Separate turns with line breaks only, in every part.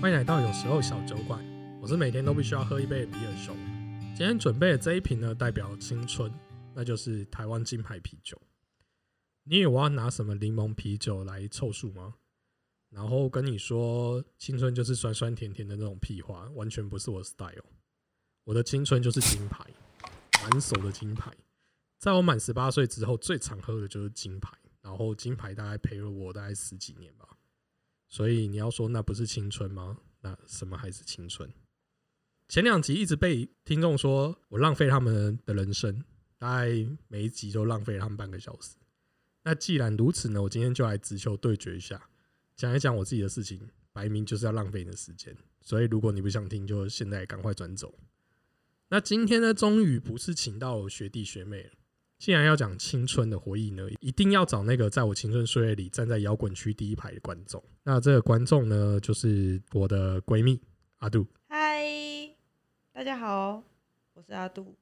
欢迎来到有时候小酒馆，我是每天都必须要喝一杯的比尔熊。今天准备的这一瓶呢，代表青春，那就是台湾金牌啤酒。你以为我要拿什么柠檬啤酒来凑数吗？然后跟你说青春就是酸酸甜甜的那种屁话，完全不是我的 style。我的青春就是金牌，满手的金牌。在我满十八岁之后，最常喝的就是金牌，然后金牌大概陪了我大概十几年吧。所以你要说那不是青春吗？那什么还是青春？前两集一直被听众说我浪费他们的人生，大概每一集都浪费了他们半个小时。那既然如此呢，我今天就来直球对决一下，讲一讲我自己的事情。白明就是要浪费你的时间，所以如果你不想听，就现在赶快转走。那今天呢，终于不是请到学弟学妹了。既然要讲青春的回忆呢，一定要找那个在我青春岁月里站在摇滚区第一排的观众。那这个观众呢，就是我的闺蜜阿杜。
嗨，大家好，我是阿杜。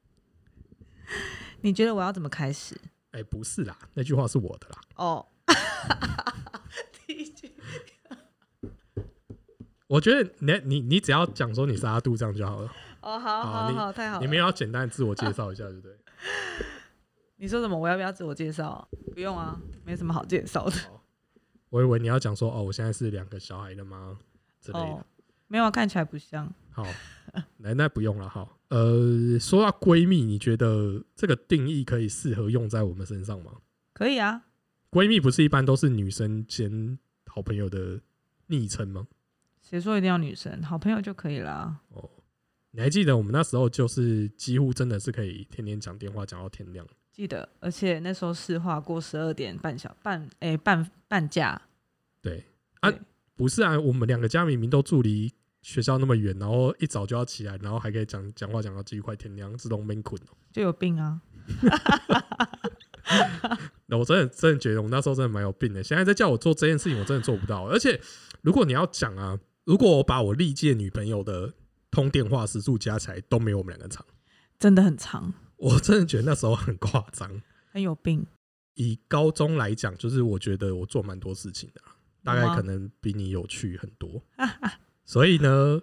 你觉得我要怎么开始？
哎、不是啦，那句话是我的啦。
哦， 第一句
我觉得你你你只要讲说你是阿杜这样就好了。
哦，好
好
好
你
好，太好
你们
了。
要简单地自我介绍一下，对不对？
你说什么？我要不要自我介绍？不用啊，没什么好介绍的。
我以为你要讲说哦，我现在是两个小孩的妈之类的。
哦，没有啊，看起来不像。
好，那那不用了。好，呃，说到闺蜜，你觉得这个定义可以适合用在我们身上吗？
可以啊，
闺蜜不是一般都是女生兼好朋友的昵称吗？
谁说一定要女生？好朋友就可以啦。
哦，你还记得我们那时候就是几乎真的是可以天天讲电话讲到天亮。
记得，而且那时候市话过十二点半小半，哎、半半价。
对啊
对，
不是啊，我们两个家明明都住离学校那么远，然后一早就要起来，然后还可以讲讲话讲到几乎快天亮，自动闷困哦。
就有病啊！
那我真的真的觉得我那时候真的蛮有病的。现在再叫我做这件事情，我真的做不到。而且如果你要讲啊，如果我把我历届女朋友的通电话时数加起来，都没有我们两个长。
真的很长，
我真的觉得那时候很夸张。
很有病。
以高中来讲，就是我觉得我做蛮多事情的啊，大概
有吗
可能比你有趣很多。所以呢，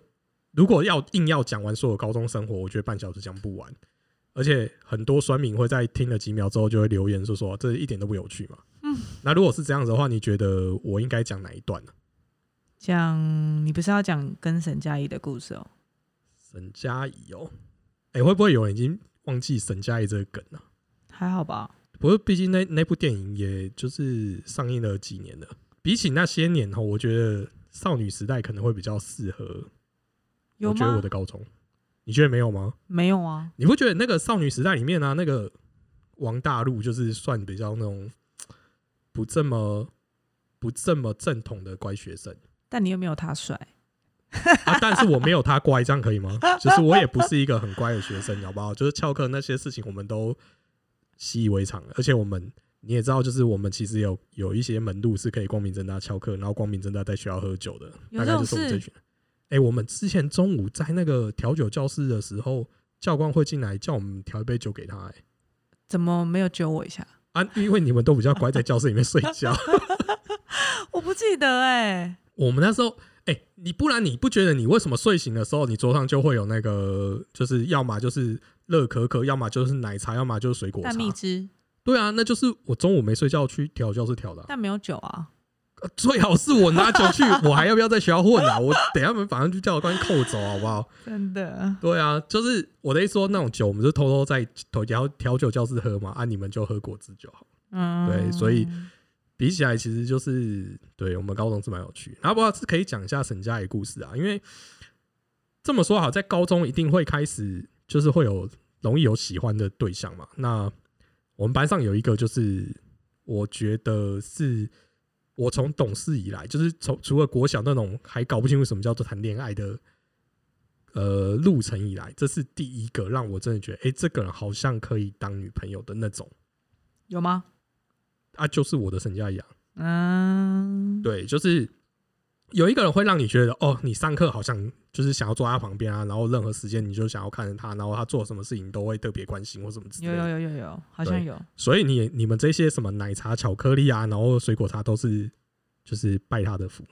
如果要硬要讲完所有高中生活，我觉得半小时讲不完。而且很多酸民会在听了几秒之后就会留言说说这一点都不有趣嘛。那如果是这样子的话，你觉得我应该讲哪一段啊呢、
讲，你不是要讲跟沈佳宜的故事哦？
沈佳宜哦，哎、会不会有人已经忘记沈佳宜这个梗了、
还好吧？
不过，毕竟那那部电影也就是上映了几年了，比起那些年哈，我觉得少女时代可能会比较适合。
有
我觉得
吗
我的？高中，你觉得没有吗？
没有啊，
你不觉得那个少女时代里面啊，那个王大陆就是算比较那种不这么不这么正统的乖学生
但你又没有他帅。
啊？但是我没有他乖，这样可以吗？就是我也不是一个很乖的学生，好不 好？就是翘课那些事情，我们都习以为常了，而且我们。你也知道，就是我们其实有有一些门路是可以光明正大翘课，然后光明正大在学校喝酒的，
有
大概
这
就
种
是我们
事
这群人。哎、我们之前中午在那个调酒教室的时候，教官会进来叫我们调一杯酒给他、哎
怎么没有揪我一下？
啊，因为你们都比较乖，在教室里面睡觉。
啊我不记得哎、
我们那时候，哎、你不然你不觉得你为什么睡醒的时候，你桌上就会有那个，就是要么就是热可可，要么就是奶茶，要么就是水果茶
但。蜜汁，
对啊，那就是我中午没睡觉去调教室调的啊、
但没有酒啊。
呃最好是我拿酒去，我还要不要在学校混啊？我等一下们反正就叫官扣走，好不好？
真的，
对啊，就是我的意思说，那种酒我们就偷偷在头调调酒教室喝嘛，啊，你们就喝果汁就好。
嗯，
对所以比起来，其实就是对我们高中是蛮有趣的。然后不知道是可以讲一下沈佳宜故事啊，因为这么说好，在高中一定会开始就是会有容易有喜欢的对象嘛。那我们班上有一个，就是我觉得是我从懂事以来，就是从除了国小那种还搞不清楚什么叫做谈恋爱的呃路程以来，这是第一个让我真的觉得，哎、这个人好像可以当女朋友的那种
有吗？
啊，就是我的沈佳宜啊。
嗯，
对，就是有一个人会让你觉得，哦，你上课好像就是想要坐在他旁边啊，然后任何时间你就想要看着他，然后他做什么事情你都会特别关心或什么之类
有有
的。
有有有，好像
对
有。
所以你你们这些什么奶茶、巧克力啊，然后水果茶都是就是拜他的福。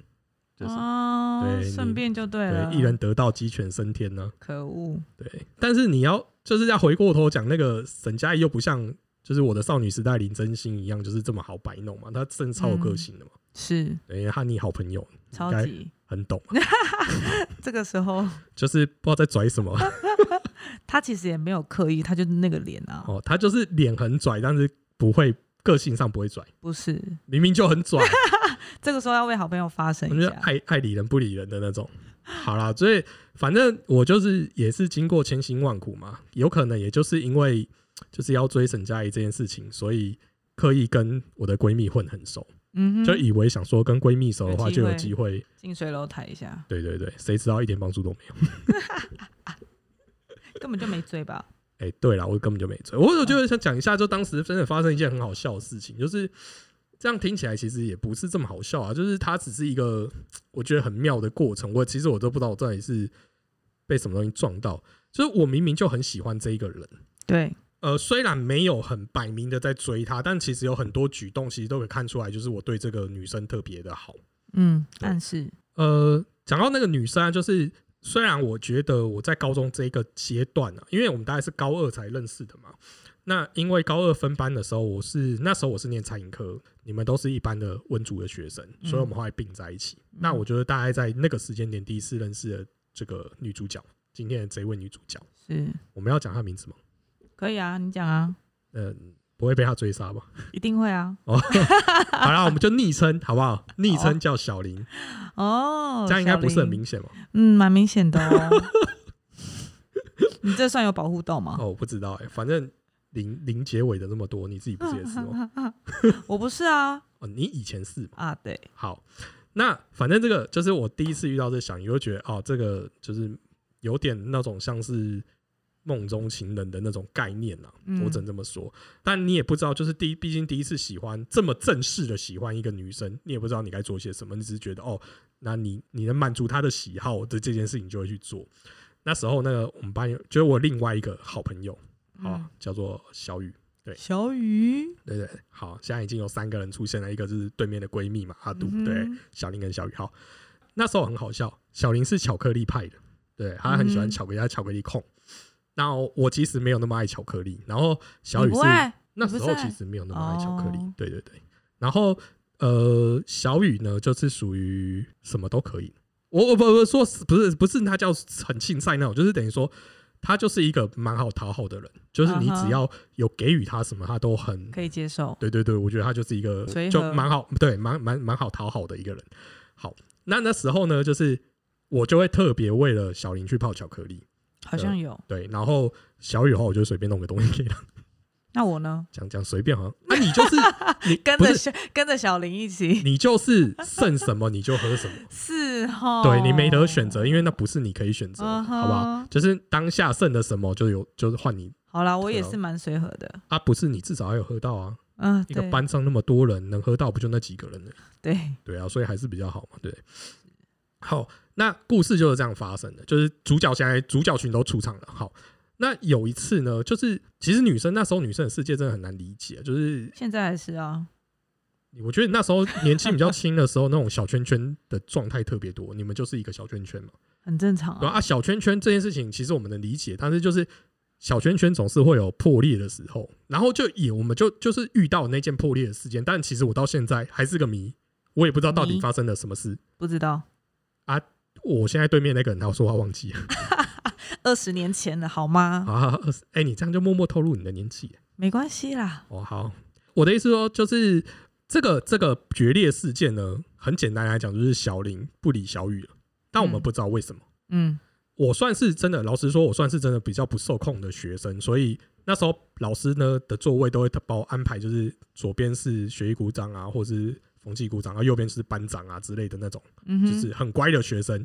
就是、
哦，
对你
顺便就对啊了，
对，一人得道鸡犬升天呢、
可恶，
对，但是你要就是要回过头讲，那个沈佳宜又不像就是我的少女时代林真心一样，就是这么好摆弄嘛，她真的超有
嗯
个性的嘛。
是
对，她你好朋友
超
该
级。
很懂嘛，
这个时候
就是不知道在拽什么
他其实也没有刻意，他就是那个脸啊，
哦，她就是脸很拽，但是不会个性上不会拽，
不是。
明明就很 拽，
这个时候要为好朋友发声
我
一
们就
下，
爱爱理人不理人的那种。好啦，所以反正我就是也是经过千辛万苦嘛，有可能也就是因为就是要追沈佳宜这件事情，所以刻意跟我的闺蜜混很熟，
嗯哼，
就以为想说跟闺蜜熟的话
有机
就
会
有机会。
近水楼台一下，
对对对，谁知道一点帮助都没有。
根本就没追吧？
哎、对啦，我根本就没追。我我就想讲一下，就当时真的发生一件很好笑的事情，就是这样听起来其实也不是这么好笑啊，就是它只是一个我觉得很妙的过程。我其实我都不知道我到底是被什么东西撞到，就是我明明就很喜欢这一个人，
对，
呃，虽然没有很摆明的在追她，但其实有很多举动其实都可以看出来，就是我对这个女生特别的好。
嗯，
对
暗示
呃，讲到那个女生、啊，就是虽然我觉得我在高中这一个阶段啊，因为我们大概是高二才认识的嘛。那因为高二分班的时候，我是那时候我是念餐饮科，你们都是一般的文组的学生，
嗯
所以我们后来并在一起。那我觉得大概在那个时间点第一次认识了这个女主角，今天的这位女主角，
是
我们要讲她名字吗？
可以啊，你 讲啊，
嗯、不会被她追杀 吧？
一定会啊。
好啦，我们就昵称好不好？昵
好
称叫小林，
哦，
这样应该不是
小
很
林
明显吧？
嗯，蛮明显的哦。 你这算有保护到吗？
哦，我不知道哎、反正零零结尾的那么多，你自己不是也是
嗯
吗？
我不是啊
哦，你以前是嘛？
啊，对，
好，那反正这个就是我第一次遇到这小你就觉得哦，这个就是有点那种像是梦中情人的那种概念啊，
嗯
我只能这么说。但你也不知道，就是第一，毕竟第一次喜欢这么正式的喜欢一个女生，你也不知道你该做些什么，你只是觉得哦，那你你能满足她的喜好的这件事情就会去做。那时候那个我们班有，就是我另外一个好朋友，好、
嗯
叫做小雨，对
小雨，
对对，好，现在已经有三个人出现了，一个就是对面的闺蜜嘛，阿杜，
嗯哼
对，小林跟小雨。好，那时候很好笑，小林是巧克力派的，对，她很喜欢
嗯哼
巧克力，她巧克力控。那我其实没有那么爱巧克力，然后小
你
雨是
不爱
那
你不
时候
是爱
其实没有那么爱巧克力
哦，
对对对。然后呃，小雨呢就是属于什么都可以，我我不不说不是不是他叫很竞赛那种，就是等于说他就是一个蛮好讨好的人，就是你
啊哈
只要有给予他什么，他都很
可以接受，
对对对，我觉得他就是一个
随和
就蛮好，对，蛮蛮蛮好讨好的一个人。好，那那时候呢，就是我就会特别为了小林去泡巧克力，
好像有。
对，然后小雨的话，我就随便弄个东西给他，
那我呢？
讲讲随便好像， 那、你就是你
跟
不
着
是
小跟着小林一起，
你就是剩什么你就喝什么，
是哦哈？
对你没得选择，因为那不是你可以选择的，
嗯哼
好不好？就是当下剩的什么就有，就是换你
好啦，我也
对啊
是蛮随和的。
啊，不是你至少还有喝到啊，
嗯，
一个
对
班上那么多人能喝到不就那几个人呢？
对，
对啊，所以还是比较好嘛，对。好，那故事就是这样发生的，就是主角现在主角群都出场了。好，那有一次呢，就是其实女生那时候女生的世界真的很难理解，啊就是
现在还是啊，
我觉得那时候年纪比较轻的时候，那种小圈圈的状态特别多，你们就是一个小圈圈嘛，
很正常
对吧
啊。
啊，小圈圈这件事情其实我们能理解，但是就是小圈圈总是会有破裂的时候，然后就也我们就就是遇到那件破裂的事件，但其实我到现在还是个谜，我也不知道到底
谜
发生了什么事。
不知道
我现在对面那个人，他说他忘记了
二十年前了，好吗？
啊。二十哎、你这样就默默透露你的年纪
没关系啦，
哦。好，我的意思说，就是这个这个决裂事件呢，很简单来讲，就是小林不理小雨了，但我们
嗯
不知道为什么。
嗯，
我算是真的，老实说，我算是真的比较不受控的学生，所以那时候老师呢的座位都会把我安排，就是左边是学艺股长啊，或是风纪股长啊，右边是班长啊之类的那种。
嗯
就
哼，
是很乖的学生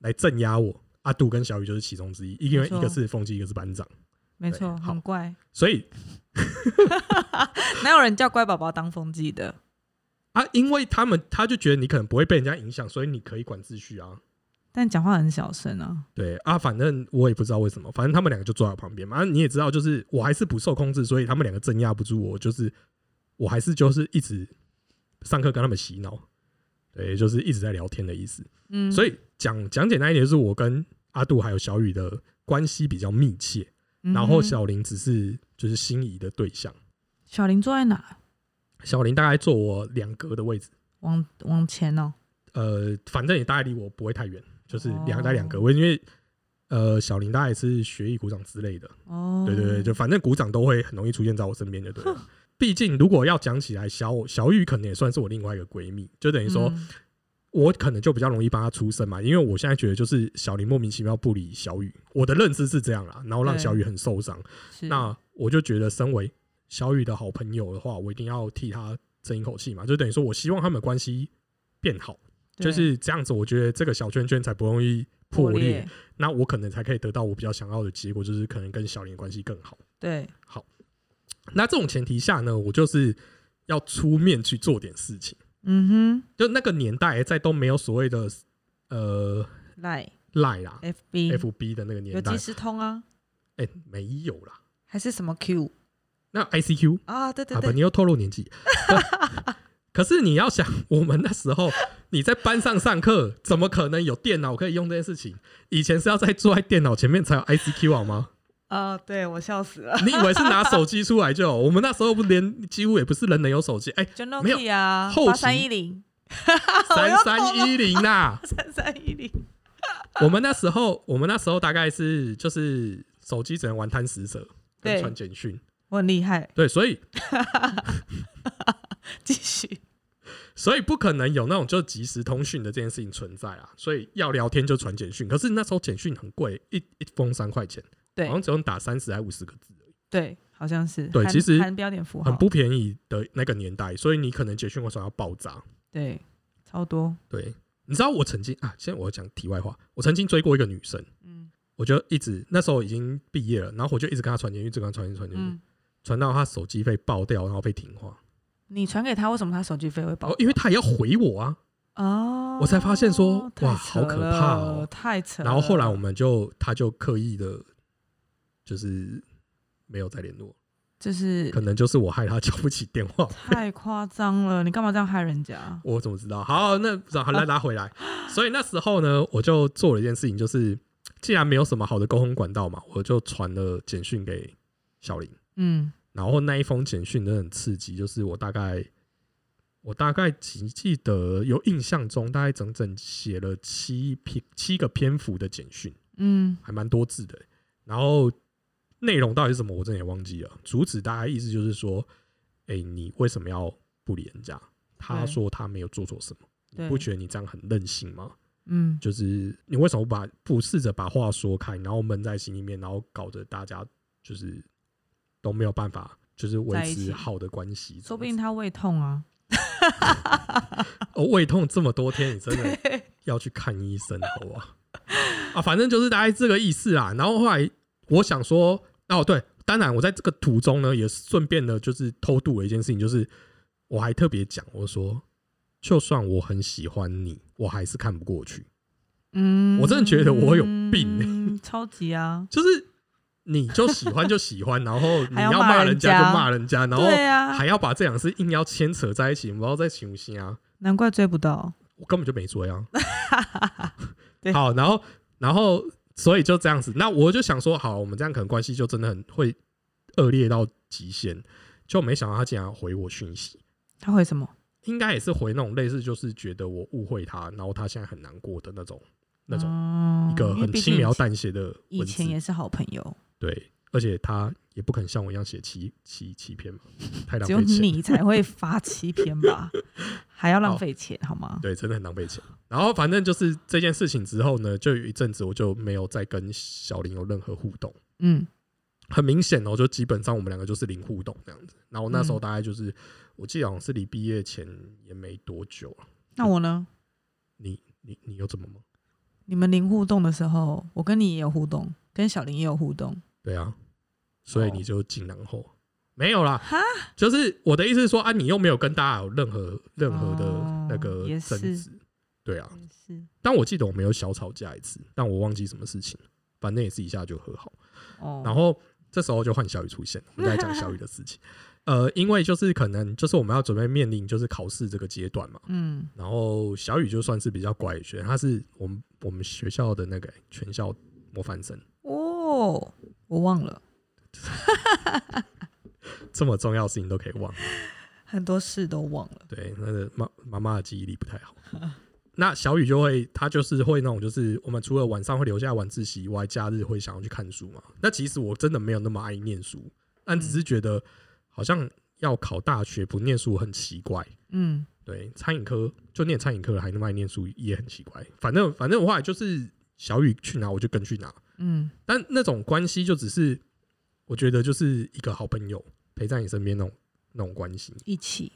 来镇压我。阿杜跟小雨就是其中之一，因为
没错
一个是风纪，一个是班长，
没错，
对好
很怪，
所以
哪有人叫乖宝宝当风纪的？
啊，因为他们他就觉得你可能不会被人家影响，所以你可以管秩序啊。
但讲话很小声啊，
对啊，反正我也不知道为什么，反正他们两个就坐在我旁边嘛。啊、你也知道，就是我还是不受控制，所以他们两个镇压不住我，就是我还是就是一直上课跟他们洗脑。对，也就是一直在聊天的意思。
嗯，
所
以
以讲讲简单一点，就是我跟阿杜还有小雨的关系比较密切，
嗯
然后小林只是就是心仪的对象。
小林坐在哪？
小林大概坐我两格的位置，
往往前哦，
呃，反正也大概离我不会太远，就是两
哦
在两格位，因为呃，小林大概也是学艺鼓掌之类的，
哦，
对对对，就反正鼓掌都会很容易出现在我身边，就对了。 毕竟如果要讲起来，小小雨可能也算是我另外一个闺蜜，就等于说
嗯
我可能就比较容易帮她出声嘛，因为我现在觉得就是小林莫名其妙不理小雨，我的认知是这样啦，然后让
对
小雨很受伤。
是
那我就觉得，身为小雨的好朋友的话，我一定要替他争一口气嘛，就等于说我希望他们关系变好，就
对
是这样子，我觉得这个小圈圈才不容易破
破
裂，，那我可能才可以得到我比较想要的结果，就是可能跟小林关系更好。
对，
那这种前提下呢，我就是要出面去做点事情。
嗯
就那个年代，在都没有所谓的呃
哼，来
赖啦、
FB
FB 的那个
哎有
年代
即，时通啊，
哎、没有啦。
还是什么 Q
那 ICQ
啊？对对
啊不，
对，
你又透露年纪。 可是你要想，我们那时候你在班上上课，怎么可能有电脑可以用这件事情？以前是要在坐在电脑前面才有 ICQ 好吗？
啊，对我笑死了，
你以为是拿手机出来就有？我们那时候不连几乎也不是人人有手 机，哎、
就
没有
Nokia 啊，
后
八
期
三一零，
三三一零啦。
三三一零，
我们那时候，我们那时候大概是就是手机只能玩贪食蛇跟
对
传简讯，
我很厉害，
对，所以
继续，
所以不可能有那种就即时通讯的这件事情存在啊，所以要聊天就传简讯。可是那时候简讯很贵，一一封三块钱，
对
好像只用打三十还五十个字，
对，好像是，
对
含
其实
含标点符号，
很不便宜的那个年代，所以你可能简讯会传到爆炸。
对，超多，
对，你知道我曾经啊，现在我要讲题外话，我曾经追过一个女生，
嗯
我就一直那时候已经毕业了，然后我就一直跟她传简讯，一直跟她传简讯，传简讯
嗯，，
传到她手机被爆掉，然后被停话。
你传给他，为什么他手机费会爆
哦，？因为她也要回我啊。
哦，
我才发现说
太
哇
扯
好可怕
了
哦
太扯了。
然后后来我们就，她就刻意的，就是没有再联络。
就是，
可能就是我害他交不起电话
太夸张了，你干嘛这样害人家？
我怎么知道？好，那让他拉拉回来。所以那时候呢，我就做了一件事情，就是既然没有什么好的沟通管道嘛，我就传了简讯给小林。
嗯，
然后那一封简讯真的很刺激，就是我大概我大概记记得有印象中，大概整整写了七篇七个篇幅的简讯，
嗯，
还蛮多字的、然后内容到底是什么，我真的也忘记了。主旨大概意思就是说，哎、你为什么要不理人家？他
对
说他没有做错什么，你
对
不觉得你这样很任性吗？
嗯，
就是你为什么不把不试着把话说开，然后闷在心里面，然后搞得大家就是都没有办法，就是
在
维
一起
持好的关系这样子。
说不定他胃痛啊。
哦，胃痛这么多天，你真的要去看医生，好不好？ 啊，反正就是大概这个意思啦。然后后来我想说，哦，对，当然我在这个途中呢，也顺便的，就是偷渡了一件事情，就是我还特别讲，我说，就算我很喜欢你，我还是看不过去。
嗯，
我真的觉得我有病欸
嗯，超级啊，
就是你就喜欢就喜欢，然后你
还要
要
骂
骂
人
人家
家
就骂人家， 然后
对啊
还，要把这两事硬要牵扯在一起，不要再情心啊！
难怪追不到。
我根本就没追啊
对。
好，然后然后所以就这样子，那我就想说，好，我们这样可能关系就真的很会恶劣到极限。就没想到他竟然回我讯息，
他会什么？
应该也是回那种类似就是觉得我误会他，然后他现在很难过的那种那种
种
一个很轻描淡写的
以
文
前
字。
也是好朋友，
对，而且他也不肯像我一样写欺欺欺骗嘛，太浪
只有
费钱。
你才会发欺骗 吧？还要浪费钱好吗？
对，真的很浪费钱。然后反正就是这件事情之后呢，就有一阵子我就没有再跟小林有任何互动。
嗯，
很明显哦，就基本上我们两个就是零互动这样子。然后那
嗯
时候大概就是，我记得好像是离毕业前也没多久啊
那我呢？
你你你有怎么吗？
你们零互动的时候，我跟你也有互动，跟小林也有互动。
对啊，所以
哦
你就进然后、没有啦，
哈，
就是我的意思是说啊，你又没有跟大家有任何任何的那
哦
个
也
争
是
执，对啊。
嗯是
但我记得我们有小吵架一次，但我忘记什么事情了，反正也是一下就和好。
哦，
然后这时候就换小雨出现，我们再讲小雨的事情。呃，因为就是可能就是我们要准备面临就是考试这个阶段嘛，
嗯，
然后小雨就算是比较乖的学生，他是我们我们学校的那个欸全校模范生，
哦，我忘了
这么重要的事情都可以忘。
很多事都忘了，
对，那个妈妈妈的记忆力不太好。那小雨就会，她就是会那种，就是我们除了晚上会留下晚自习以外，假日会想要去看书嘛。那其实我真的没有那么爱念书，但只是觉得好像要考大学不念书很奇怪。
嗯
对，餐饮科就念餐饮科还那么爱念书也很奇怪。反正反正我后来就是小雨去哪我就跟去哪，
嗯
但那种关系就只是我觉得就是一个好朋友陪在你身边那种那种关系。
一起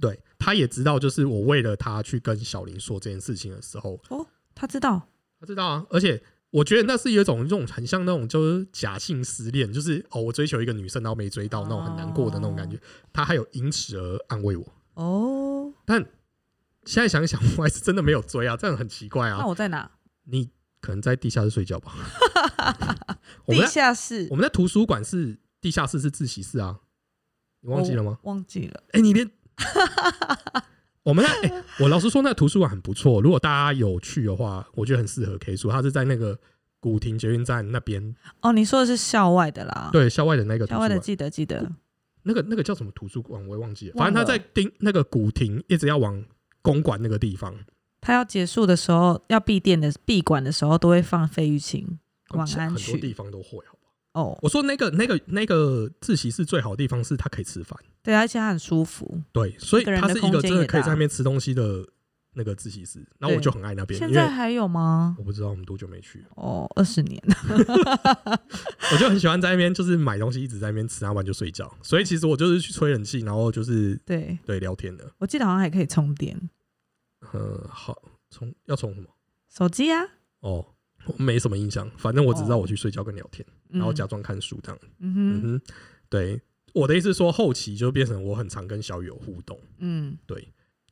对，他也知道，就是我为了他去跟小林说这件事情的时候，
哦，他知道，
他知道啊。而且我觉得那是有一种这种很像那种就是假性失恋，就是哦，我追求一个女生，然后没追到，那种很难过的那种感觉。他还有因此而安慰我。
哦，
现在想一想，我还是真的没有追啊，这样很奇怪
那
啊。
我在哪？
你可能在地下室睡觉 吧？我
地
们在
下室
我，们在图书馆是地下室是自习室啊，你忘记了吗？
忘记了，
哎、你连 我们那哎、我老实说，那图书馆很不错。如果大家有去的话，我觉得很适合 K 书。它是在那个古亭捷运站那边，
哦，你说的是校外的啦，，
对，校外的那个图
校
书
外的
馆，
记得记得，
那个那个叫什么图书馆，我也忘记了。
忘
反
了
正它在丁那个古亭，一直要往公馆那个地方。
他要结束的时候，要闭店的闭馆的时候，都会放费玉清晚安
很多地
曲。
方都会，好不好？
哦，
我说那个那个那个自习室最好的地方是它可以吃饭，
对，而且它很舒服。
对，所以
一个人
它
的
是一个
空间
真的
也
可以
大
在那边吃东西的那个自习室。然后我
对
就很爱那边，
现
因为
在还有吗？
我不知道我们多久没去。
哦，二十年。
我就很喜欢在那边，就是买东西一直在那边吃，然后完就睡觉。所以其实我就是去吹冷气，然后就是
对，
对聊天的。
我记得好像还可以充电
呃，好，从要从什么？
手机啊。
哦，我没什么印象，反正我只知道我去睡觉跟聊天，
哦嗯
然后假装看书这样。嗯
嗯哼，
哼，对，我的意思是说，后期就变成我很常跟小雨有互动，
嗯，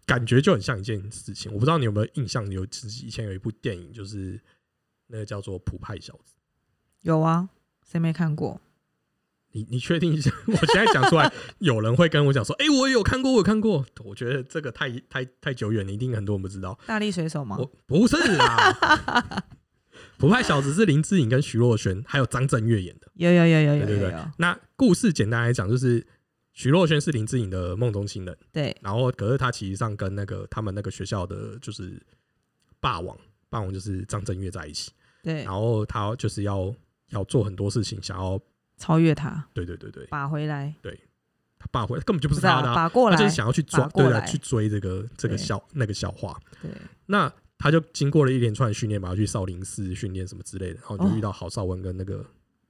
感觉就很像一件事情。我不知道你有没有印象，有以前有一部电影，就是那个叫做《普派小子》。
有啊，谁没看过？
你你确定一下？ 我现在讲出来，有人会跟我讲说：“哎、我有看过，我有看过。”我觉得这个太太太久远了，一定很多人不知道。
大力水手吗
我？不是啦， 不派小子是林志颖跟徐若瑄还有张震岳演的。
有有有有
对
有
对
有
对
有，。
那故事简单来讲，就是徐若瑄是林志颖的梦中情人，
对，
然后可是她其实上跟那个他们那个学校的就是霸王，霸王就是张震岳在一起，
对
然，后他就是要要做很多事情，想要
超越他，
对对对对，
把回来，
他爸回根本就不是
不是啊
他的、啊。
把过
他
来，
就是想要去抓，
打过
对啊，
来
去追这个这个
对
笑那个笑话。
对，
那他就经过了一连串的训练嘛，去少林寺训练什么之类的，然后就
哦
遇到郝邵文跟那个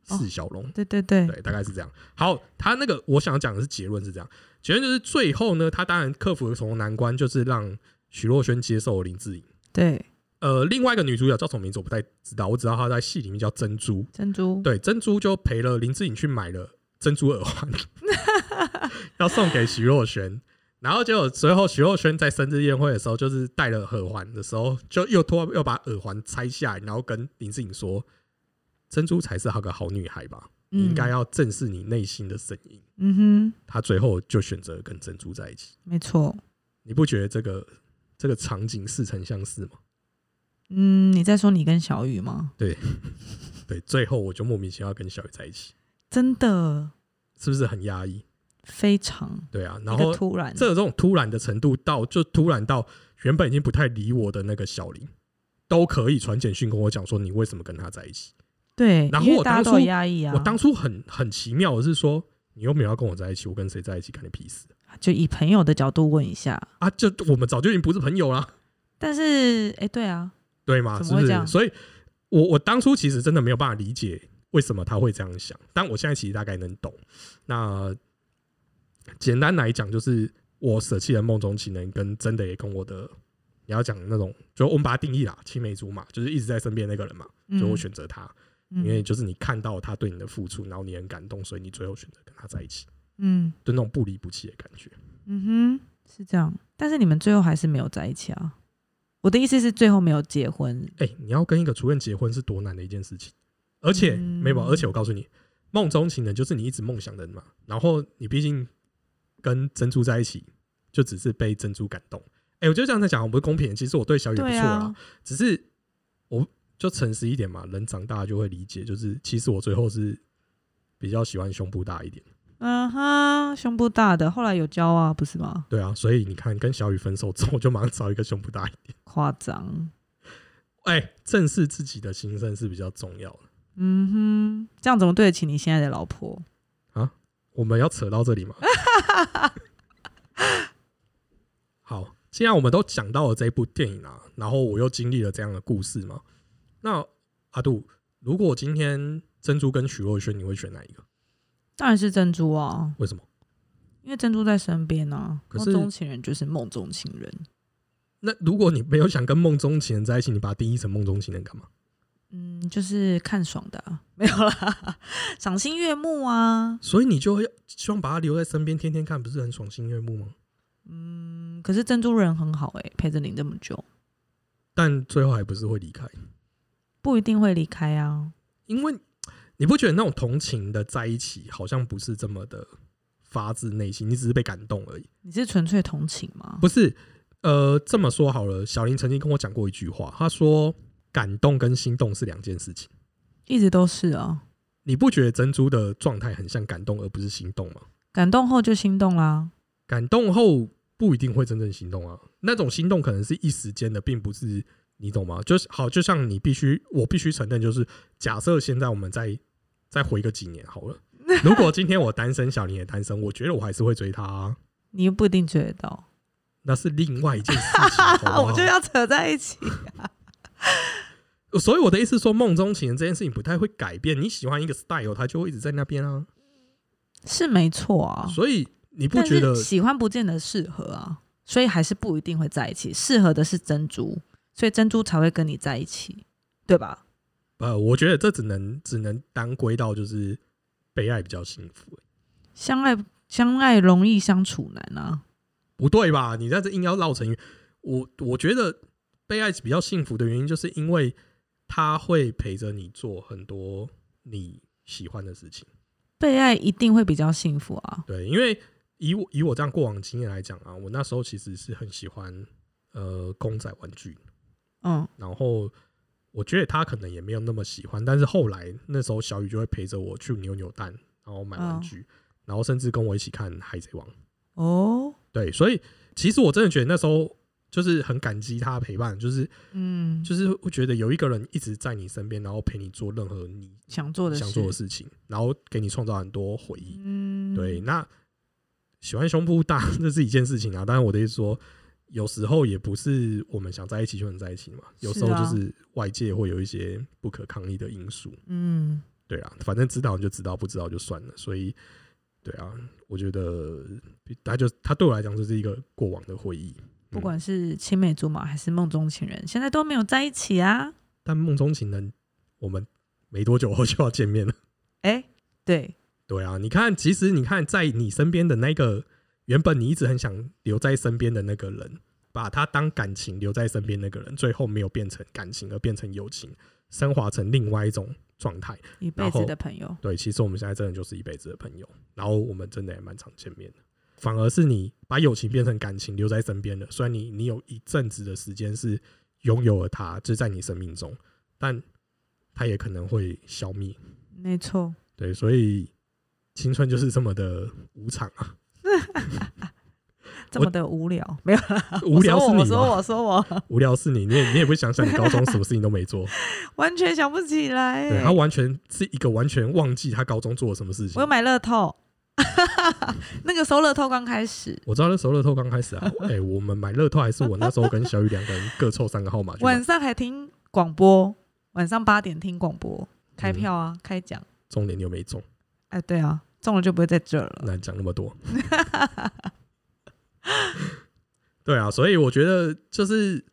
释小龙，
对对对，
对，大概是这样。好，他那个我想讲的是结论是这样，结论就是最后呢，他当然克服了什么难关，就是让许若瑄接受了林志颖。
对，
呃，另外一个女主角叫什么名字我不太知道，我只知道她在戏里面叫珍珠。
珍珠，
对，珍珠就陪了林志颖去买了珍珠耳环， 要送给徐若瑄。然后结果随后徐若瑄在生日宴会的时候，就是戴了耳环的时候，就又脱又把耳环拆下来，然后跟林志颖说：“珍珠才是好个好女孩吧，你应该
嗯，
要正视你内心的声音。
嗯哼，”
她最后就选择跟珍珠在一起。
没错，
你不觉得这个这个场景似曾相识吗？
嗯，你在说你跟小雨吗？
对，最后我就莫名其妙跟小雨在一起，
真的
是不是很压抑？
非常
对啊，然
一
后
个突然，
这种突然的程度到，就突然到原本已经不太理我的那个小林，都可以传简讯跟我讲说你为什么跟他在一起。
对，
然后
因为
我
大家
当
都有
初
压抑啊，
我当初很很奇妙的是说，你又没有要跟我在一起，我跟谁在一起干你屁事
就以朋友的角度问一下，
啊？就我们早就已经不是朋友啦，
但是哎，对啊，
对吗？
怎
是
么
不
会这
是？
样
所以我我当初其实真的没有办法理解为什么他会这样想，但我现在其实大概能懂。那简单来讲，就是我舍弃了梦中情人，跟真的也跟我的。你要讲那种，就我们把它定义啦，青梅竹马，就是一直在身边那个人嘛，
嗯
所以我选择他，
嗯
因为就是你看到他对你的付出，然后你很感动，所以你最后选择跟他在一起，
嗯
就那种不离不弃的感觉。
嗯哼，是这样。但是你们最后还是没有在一起啊？我的意思是最后没有结婚。
哎、你要跟一个初恋结婚是多难的一件事情，而且、
嗯
没有，而且我告诉你，梦中情人就是你一直梦想的人嘛。然后你毕竟跟珍珠在一起，就只是被珍珠感动。哎、我就这样在讲，我不是公平的，其实我对小雨也不
对
错啦
啊，，
只是我就诚实一点嘛，人长大就会理解，就是其实我最后是比较喜欢胸部大一点，
嗯哼，胸部大的，后来有交啊，不是吗？
对啊，所以你看跟小雨分手之后，我就马上找一个胸部大一点。
夸张，
哎、正视自己的心声是比较重要的。
嗯哼，这样怎么对得起你现在的老婆？
我们要扯到这里吗？ 好，既然我们都讲到了这部电影啊，然后我又经历了这样的故事嘛，那阿杜，如果今天珍珠跟许若瑄，你会选哪一个？
当然是珍珠啊，
为什么？
因为珍珠在身边啊。
可
梦
是
中情人就是梦中情人，
那如果你没有想跟梦中情人在一起，你把它定义成梦中情人干嘛？
嗯，就是看爽的、啊， 没有啦，赏心悦目啊。
所以你就会希望把他留在身边，天天看，不是很爽心悦目吗？
嗯，可是珍珠人很好哎、陪着你这么久，
但最后还不是会离开，
不一定会离开啊。
因为你不觉得那种同情的在一起，好像不是这么的发自内心，你只是被感动而已。
你是纯粹同情吗？
不是，呃，这么说好了，小林曾经跟我讲过一句话，他说感动跟心动是两件事情。
一直都是啊，
你不觉得珍珠的状态很像感动，而不是心动吗？
感动后就心动啦。
感动后不一定会真正心动啊，那种心动可能是一时间的，并不是你懂吗？就是好，就像你必须，我必须承认，就是假设现在我们再再回个几年好了，如果今天我单身，小林也单身，我觉得我还是会追他、啊，
你又不一定追得到，
那是另外一件事情，好不好
啊 我就要扯在一起。
所以我的意思是说，梦中情人这件事情不太会改变。你喜欢一个 style，他就会一直在那边啊。
是没错啊，
所以你不
但
觉得
是？喜欢不见得适合啊，所以还是不一定会在一起。适合的是珍珠，所以珍珠才会跟你在一起，对吧？
呃，我觉得这只能只能当归到就是被爱比较幸福、欸
相爱相爱容易相处难啊，
不对吧？你在这硬要绕成语，我我觉得被爱比较幸福的原因，就是因为他会陪着你做很多你喜欢的事情。
被爱一定会比较幸福啊。
对，因为以我以我这样过往经验来讲啊，我那时候其实是很喜欢呃公仔玩具，
嗯，
然后我觉得他可能也没有那么喜欢，但是后来那时候小雨就会陪着我去扭扭蛋，然后买玩具，
嗯
然后甚至跟我一起看《海贼王》。
哦，
对，所以其实我真的觉得那时候就是很感激他的陪伴，就是
嗯，
就是会觉得有一个人一直在你身边，然后陪你做任何你
想做的事，
想做的事情，然后给你创造很多回忆。
嗯，
对，那喜欢胸部大 这是一件事情啊，当然我的意思说，有时候也不是我们想在一起就能在一起嘛，有时候
是啊
就是外界会有一些不可抗力的因素，
嗯，
对啊，反正知道你就知道，不知道就算了，所以对啊，我觉得他就他对我来讲就是一个过往的回忆，嗯
不管是青梅竹马还是梦中情人，现在都没有在一起啊。
但梦中情人，我们没多久后就要见面了，
哎、对，
对啊，你看，其实你看，在你身边的那个原本你一直很想留在身边的那个人，把他当感情留在身边那个人，最后没有变成感情，而变成友情，升华成另外一种状态。
一辈
然后
子的朋友，
对，其实我们现在真的就是一辈子的朋友，然后我们真的也蛮常见面的。反而是你把友情变成感情留在身边了，虽然你你有一阵子的时间是拥有了他，就在你生命中，但他也可能会消灭。
没错。
对，所以青春就是这么的无常 啊，
这么的无聊，没有啦
无聊是
啊我
你
说我
吗？
我说我说我
无聊是你，你也你也不想想你高中什么事情都没 做，
完全想不起来、
对
欸。
他完全是一个完全忘记他高中做了什么事
我
情
有。买乐透， 那个时候乐透刚开始，
我知道那时候乐透刚开始啊，哎、我们买乐透还是我那时候跟小雨两个人各凑三个号码去买
晚，上还听广播，晚上八点听广播，开票啊，
嗯
开奖，
重点你又没中，
哎，对啊，中了就不会在这儿了。
那你讲那么多。 对啊，所以我觉得就是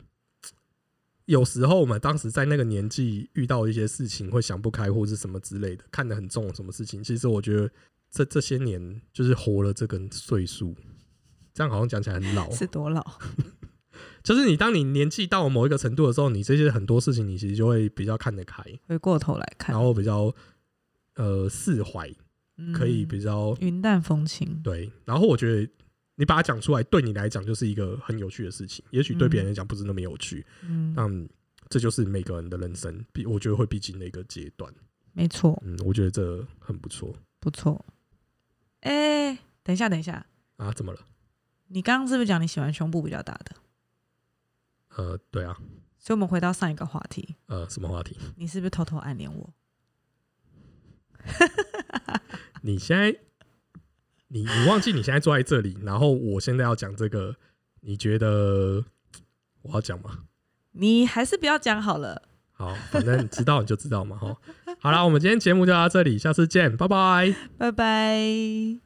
有时候我们当时在那个年纪遇到一些事情会想不开或是什么之类的，看得很重什么事情，其实我觉得这这些年就是活了这个岁数，这样好像讲起来很 老，
是多老？
就是你当你年纪到某一个程度的时候，你这些很多事情你其实就会比较看得开，
回过头来看
然，后比较呃释怀可以
嗯
比较
云淡风轻，
对，然后我觉得你把它讲出来，对你来讲就是一个很有趣的事情，也许对别人来讲不是那么有趣，
嗯，
但这就是每个人的人生必我觉得会必经的一个阶段。
没错，
嗯，我觉得这很不错
不错。哎、等一下，等一下，
啊。怎么了？
你刚刚是不是讲你喜欢胸部比较大的？
呃，对啊，
所以我们回到上一个话题，
呃，什么话题？
你是不是偷偷暗恋我？
你现在你你忘记你现在坐在这里，然后我现在要讲这个，你觉得我要讲吗？
你还是不要讲好了，
好，反正你知道你就知道嘛，哈。好啦，我们今天节目就到这里，下次见，拜拜。
拜拜。